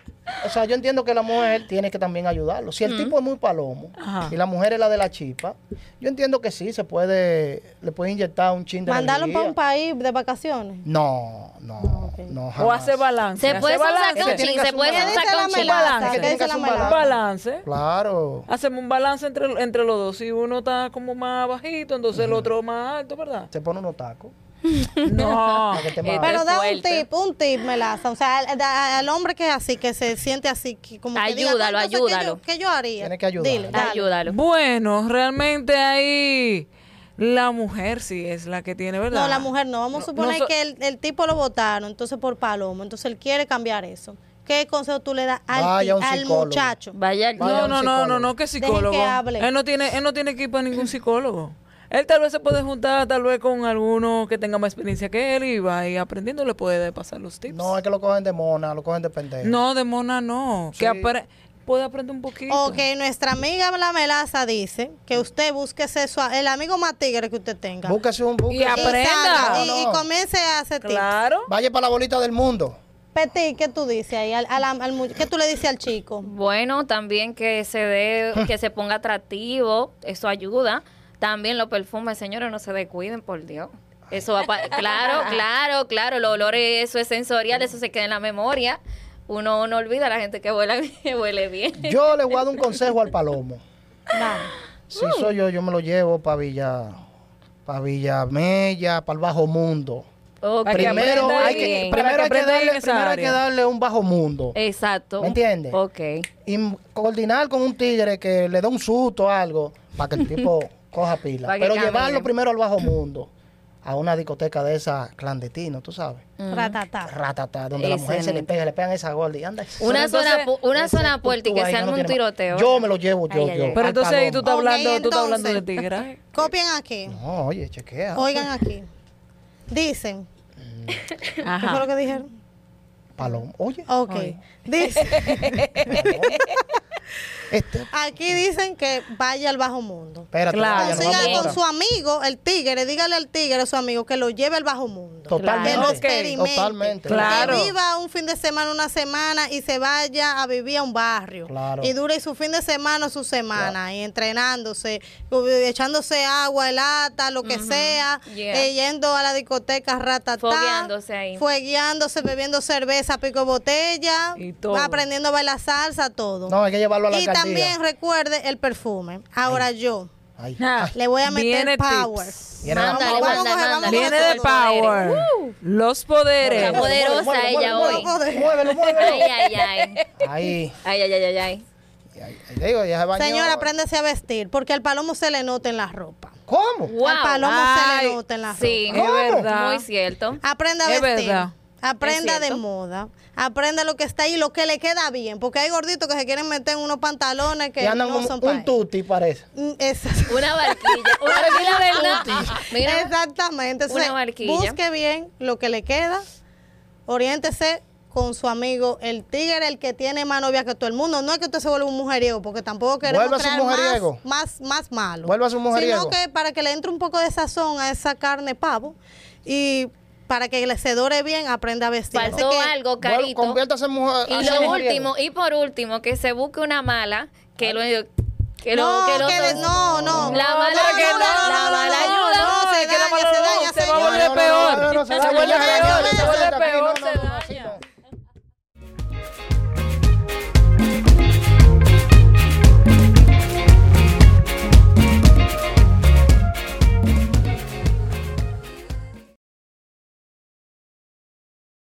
[SPEAKER 2] O sea, yo entiendo que la mujer tiene que también ayudarlo. Si el
[SPEAKER 1] Mm.
[SPEAKER 2] tipo es muy palomo
[SPEAKER 3] Ajá.
[SPEAKER 2] y la mujer es la de la chipa, yo entiendo que sí, se puede, le puede inyectar un chin de
[SPEAKER 1] Mandarlo para un
[SPEAKER 2] energía.
[SPEAKER 1] país de vacaciones.
[SPEAKER 2] No, no, no.
[SPEAKER 3] O
[SPEAKER 2] jamás.
[SPEAKER 3] hace balance.
[SPEAKER 4] Se puede
[SPEAKER 3] hace
[SPEAKER 4] hacer un
[SPEAKER 3] balance.
[SPEAKER 2] saco-
[SPEAKER 4] sacochín,
[SPEAKER 2] Tiene que
[SPEAKER 4] se puede
[SPEAKER 2] hacer
[SPEAKER 4] hacer un
[SPEAKER 1] un balance.
[SPEAKER 4] sacochín.
[SPEAKER 3] balance.
[SPEAKER 2] Que tiene que hacer un
[SPEAKER 1] Esa es la
[SPEAKER 3] Un
[SPEAKER 2] balance.
[SPEAKER 3] balance.
[SPEAKER 2] Claro.
[SPEAKER 3] Hacemos un balance entre, entre los dos. Si uno está como más bajito, entonces el otro más alto, ¿verdad?
[SPEAKER 2] Se pone unos tacos.
[SPEAKER 3] No.
[SPEAKER 2] para que te
[SPEAKER 4] Eh,
[SPEAKER 2] maten.
[SPEAKER 1] Pero da un
[SPEAKER 4] fuerte.
[SPEAKER 1] tip, un tip, Melaza. O sea, al, da- al hombre que es así, que se siente así, que como que diga,
[SPEAKER 4] Ayúdalo,
[SPEAKER 1] "No, entonces, ¿qué yo-
[SPEAKER 4] ayúdalo".
[SPEAKER 1] ¿Qué yo, haría?
[SPEAKER 2] Tiene que ayudarlo.
[SPEAKER 1] Dile, dale.
[SPEAKER 4] Ayúdalo.
[SPEAKER 3] Bueno, realmente ahí la mujer sí es la que tiene, ¿verdad?
[SPEAKER 1] No, la mujer no. Vamos a
[SPEAKER 3] No,
[SPEAKER 1] suponer
[SPEAKER 3] no so-
[SPEAKER 1] que el, el tipo lo votaron, entonces por palomo. Entonces él quiere cambiar eso. ¿Qué consejo tú le das al,
[SPEAKER 2] Vaya
[SPEAKER 1] ti-
[SPEAKER 2] un
[SPEAKER 1] al
[SPEAKER 2] psicólogo.
[SPEAKER 1] muchacho?
[SPEAKER 4] Vaya, al-
[SPEAKER 2] Vaya
[SPEAKER 3] No,
[SPEAKER 2] un
[SPEAKER 3] no, no, no, no, que
[SPEAKER 1] Dejen que
[SPEAKER 3] psicólogo.
[SPEAKER 1] hable.
[SPEAKER 3] Él no tiene, él no tiene que ir para ningún psicólogo. Él tal vez se puede juntar tal vez con alguno que tenga más experiencia que él y va y aprendiendo le puede pasar los tips.
[SPEAKER 2] No, eh. es que lo cogen de mona, lo cogen de pendejo.
[SPEAKER 3] No, de mona no. Que apre- puede aprender un poquito.
[SPEAKER 1] O que nuestra amiga la melaza dice que usted búsquese su, el amigo más tigre que usted tenga.
[SPEAKER 2] Búsquese un
[SPEAKER 3] Y
[SPEAKER 2] búsquese.
[SPEAKER 1] Y
[SPEAKER 3] aprenda.
[SPEAKER 1] salga, Y,
[SPEAKER 2] No,
[SPEAKER 1] y
[SPEAKER 2] no.
[SPEAKER 1] comience a hacer tips.
[SPEAKER 3] Claro.
[SPEAKER 2] Vaya para la bolita del mundo.
[SPEAKER 1] Petit, ¿qué tú dices ahí? Al, al- al mu- ¿Qué tú le dices al chico?
[SPEAKER 4] Bueno, también que se dé, que se ponga atractivo, eso ayuda. También los perfumes, señores, no se descuiden, por Dios. Eso va pa- claro, claro, claro, los olores, eso es sensorial, eso se queda en la memoria. Uno no olvida a la gente que huele, que huele bien.
[SPEAKER 2] Yo le voy a dar un consejo al palomo.
[SPEAKER 1] Vamos.
[SPEAKER 2] Si soy yo, yo me lo llevo para Villa, para Villa Mella, para el Bajo Mundo.
[SPEAKER 4] Ok,
[SPEAKER 3] Para que
[SPEAKER 2] Primero,
[SPEAKER 4] aprenda
[SPEAKER 2] hay que,
[SPEAKER 4] bien.
[SPEAKER 3] Para que
[SPEAKER 2] primero, hay que
[SPEAKER 3] aprenda bien
[SPEAKER 2] darle,
[SPEAKER 3] esa
[SPEAKER 2] primero hay que
[SPEAKER 3] área. Eh.
[SPEAKER 2] darle un bajo mundo.
[SPEAKER 4] Exacto.
[SPEAKER 2] ¿Me entiendes?
[SPEAKER 4] Ok.
[SPEAKER 2] Y m- coordinar con un tigre que le dé un susto o algo para que el tipo coja pila.
[SPEAKER 4] Pa' que
[SPEAKER 2] Pero
[SPEAKER 4] camine.
[SPEAKER 2] llevarlo primero al bajo mundo, a una discoteca de esa clandestina, tú sabes.
[SPEAKER 1] Ratatá.
[SPEAKER 2] Ratata, donde la mujer se le
[SPEAKER 4] Excelente.
[SPEAKER 2] pega, le pegan esa gorda y anda.
[SPEAKER 4] Una
[SPEAKER 3] entonces,
[SPEAKER 4] zona, pu- una
[SPEAKER 2] Ese
[SPEAKER 4] zona
[SPEAKER 2] tú-
[SPEAKER 4] puerta y
[SPEAKER 2] tú
[SPEAKER 4] que
[SPEAKER 2] ahí
[SPEAKER 4] se
[SPEAKER 2] no
[SPEAKER 4] arme
[SPEAKER 2] lo
[SPEAKER 4] un
[SPEAKER 2] tienes más.
[SPEAKER 4] tiroteo.
[SPEAKER 2] Yo me lo llevo, yo,
[SPEAKER 4] Ay, ay,
[SPEAKER 2] yo.
[SPEAKER 4] ay.
[SPEAKER 3] Pero
[SPEAKER 2] al
[SPEAKER 3] entonces ahí tú
[SPEAKER 2] palomo.
[SPEAKER 3] estás
[SPEAKER 1] Ok,
[SPEAKER 3] hablando, tú estás hablando de
[SPEAKER 1] entonces.
[SPEAKER 3] tigre. ¿eh?
[SPEAKER 1] Copien aquí.
[SPEAKER 2] No, oye, chequea.
[SPEAKER 1] Oigan aquí. Dicen.
[SPEAKER 2] Mm.
[SPEAKER 1] ¿Qué fue lo
[SPEAKER 3] Ajá.
[SPEAKER 1] que dijeron?
[SPEAKER 2] Palomo. Oye,
[SPEAKER 1] Ok.
[SPEAKER 3] Ay.
[SPEAKER 1] Dice,
[SPEAKER 2] este.
[SPEAKER 1] aquí dicen que vaya al bajo mundo.
[SPEAKER 2] Espérate,
[SPEAKER 3] Claro.
[SPEAKER 2] vaya, nos
[SPEAKER 1] Consiga
[SPEAKER 2] vamos
[SPEAKER 1] con
[SPEAKER 2] ahora.
[SPEAKER 1] su amigo, el tigre, dígale al tigre, a su amigo, que lo lleve al bajo mundo. Que lo
[SPEAKER 3] Claro.
[SPEAKER 2] Totalmente.
[SPEAKER 1] experimente.
[SPEAKER 2] Totalmente.
[SPEAKER 3] Claro.
[SPEAKER 1] Que viva un fin de semana, una semana y se vaya a vivir a un barrio.
[SPEAKER 2] Claro.
[SPEAKER 1] Y dure su fin de semana o su semana y entrenándose, echándose agua, lata, lo que sea,
[SPEAKER 4] Yeah.
[SPEAKER 1] eh, yendo a la discoteca ratatá.
[SPEAKER 4] Fogueándose ahí.
[SPEAKER 1] Fuegueándose, bebiendo cerveza, pico de botella,
[SPEAKER 3] Y todo.
[SPEAKER 1] aprendiendo a bailar salsa, todo.
[SPEAKER 2] No, hay que llevarlo a la
[SPEAKER 1] y
[SPEAKER 2] alcaldía.
[SPEAKER 1] también recuerde el perfume. Ahora yo
[SPEAKER 2] Ay,
[SPEAKER 3] Ah,
[SPEAKER 1] le voy a meter
[SPEAKER 3] viene
[SPEAKER 1] power.
[SPEAKER 3] tips.
[SPEAKER 2] viene la-
[SPEAKER 4] Mándale,
[SPEAKER 1] Vamos a
[SPEAKER 4] mándale,
[SPEAKER 1] coger,
[SPEAKER 4] mándale.
[SPEAKER 1] vamos a
[SPEAKER 3] Viene del power. Los poderes.
[SPEAKER 4] Está poderosa
[SPEAKER 2] Muévelo,
[SPEAKER 4] ella
[SPEAKER 2] muévelo,
[SPEAKER 4] hoy.
[SPEAKER 2] muévelo, Muévelo, muévelo.
[SPEAKER 4] Ay, ay, ay.
[SPEAKER 2] Ahí.
[SPEAKER 4] Ay, ay, ay, ay, ay.
[SPEAKER 2] ahí, ahí, te digo, ya se bañó.
[SPEAKER 1] Señora, apréndase a vestir, porque al palomo se le nota en la ropa.
[SPEAKER 2] ¿Cómo?
[SPEAKER 4] Wow.
[SPEAKER 1] Al palomo se
[SPEAKER 3] Ay,
[SPEAKER 1] le nota en la
[SPEAKER 4] Sí,
[SPEAKER 3] Es verdad.
[SPEAKER 4] muy cierto.
[SPEAKER 1] ropa. Aprenda a
[SPEAKER 3] Es
[SPEAKER 1] vestir.
[SPEAKER 3] verdad.
[SPEAKER 1] Aprenda
[SPEAKER 4] Es
[SPEAKER 1] de
[SPEAKER 4] cierto.
[SPEAKER 1] moda. Aprenda lo que está ahí, lo que le queda bien. Porque hay gorditos que se quieren meter en unos pantalones que
[SPEAKER 2] Y andan
[SPEAKER 1] no
[SPEAKER 2] como
[SPEAKER 1] son Mm, para
[SPEAKER 2] un tuti, parece.
[SPEAKER 1] Exactamente.
[SPEAKER 4] Una barquilla. Una, mira, ¿verdad? Mira,
[SPEAKER 1] Exactamente. Entonces,
[SPEAKER 4] Una barquilla.
[SPEAKER 1] busque bien lo que le queda. Oriéntese con su amigo el tigre, el que tiene más novia que todo el mundo. No es que usted se vuelva un mujeriego, porque tampoco queremos
[SPEAKER 2] Vuelva a ser
[SPEAKER 1] crear
[SPEAKER 2] mujeriego.
[SPEAKER 1] más, más, más malo.
[SPEAKER 2] Vuelva a ser mujeriego.
[SPEAKER 1] Sino que para que le entre un poco de sazón a esa carne pavo y para que le se dore bien, aprenda a vestir. Así
[SPEAKER 4] faltó
[SPEAKER 1] que,
[SPEAKER 4] algo,
[SPEAKER 2] Vuelve-
[SPEAKER 4] carito.
[SPEAKER 2] Conviértase en mujer.
[SPEAKER 4] Y
[SPEAKER 2] hace
[SPEAKER 4] lo
[SPEAKER 2] mujeriego.
[SPEAKER 4] último, y por último, que se busque una mala, que lo que lo,
[SPEAKER 1] no,
[SPEAKER 4] que lo
[SPEAKER 1] que de- no, no.
[SPEAKER 4] La mala
[SPEAKER 1] No, no,
[SPEAKER 4] que
[SPEAKER 1] no,
[SPEAKER 4] no,
[SPEAKER 1] no,
[SPEAKER 4] la
[SPEAKER 1] no,
[SPEAKER 4] mala
[SPEAKER 1] no,
[SPEAKER 4] ayuda,
[SPEAKER 1] no,
[SPEAKER 3] no,
[SPEAKER 1] se
[SPEAKER 3] es que la
[SPEAKER 1] daña,
[SPEAKER 3] mala
[SPEAKER 1] se
[SPEAKER 3] no,
[SPEAKER 1] daña,
[SPEAKER 3] se va a
[SPEAKER 1] señor.
[SPEAKER 2] No,
[SPEAKER 3] volver
[SPEAKER 2] no, no,
[SPEAKER 3] peor.
[SPEAKER 2] no, no, se
[SPEAKER 3] Se
[SPEAKER 2] daña,
[SPEAKER 3] vuelve
[SPEAKER 2] se daña,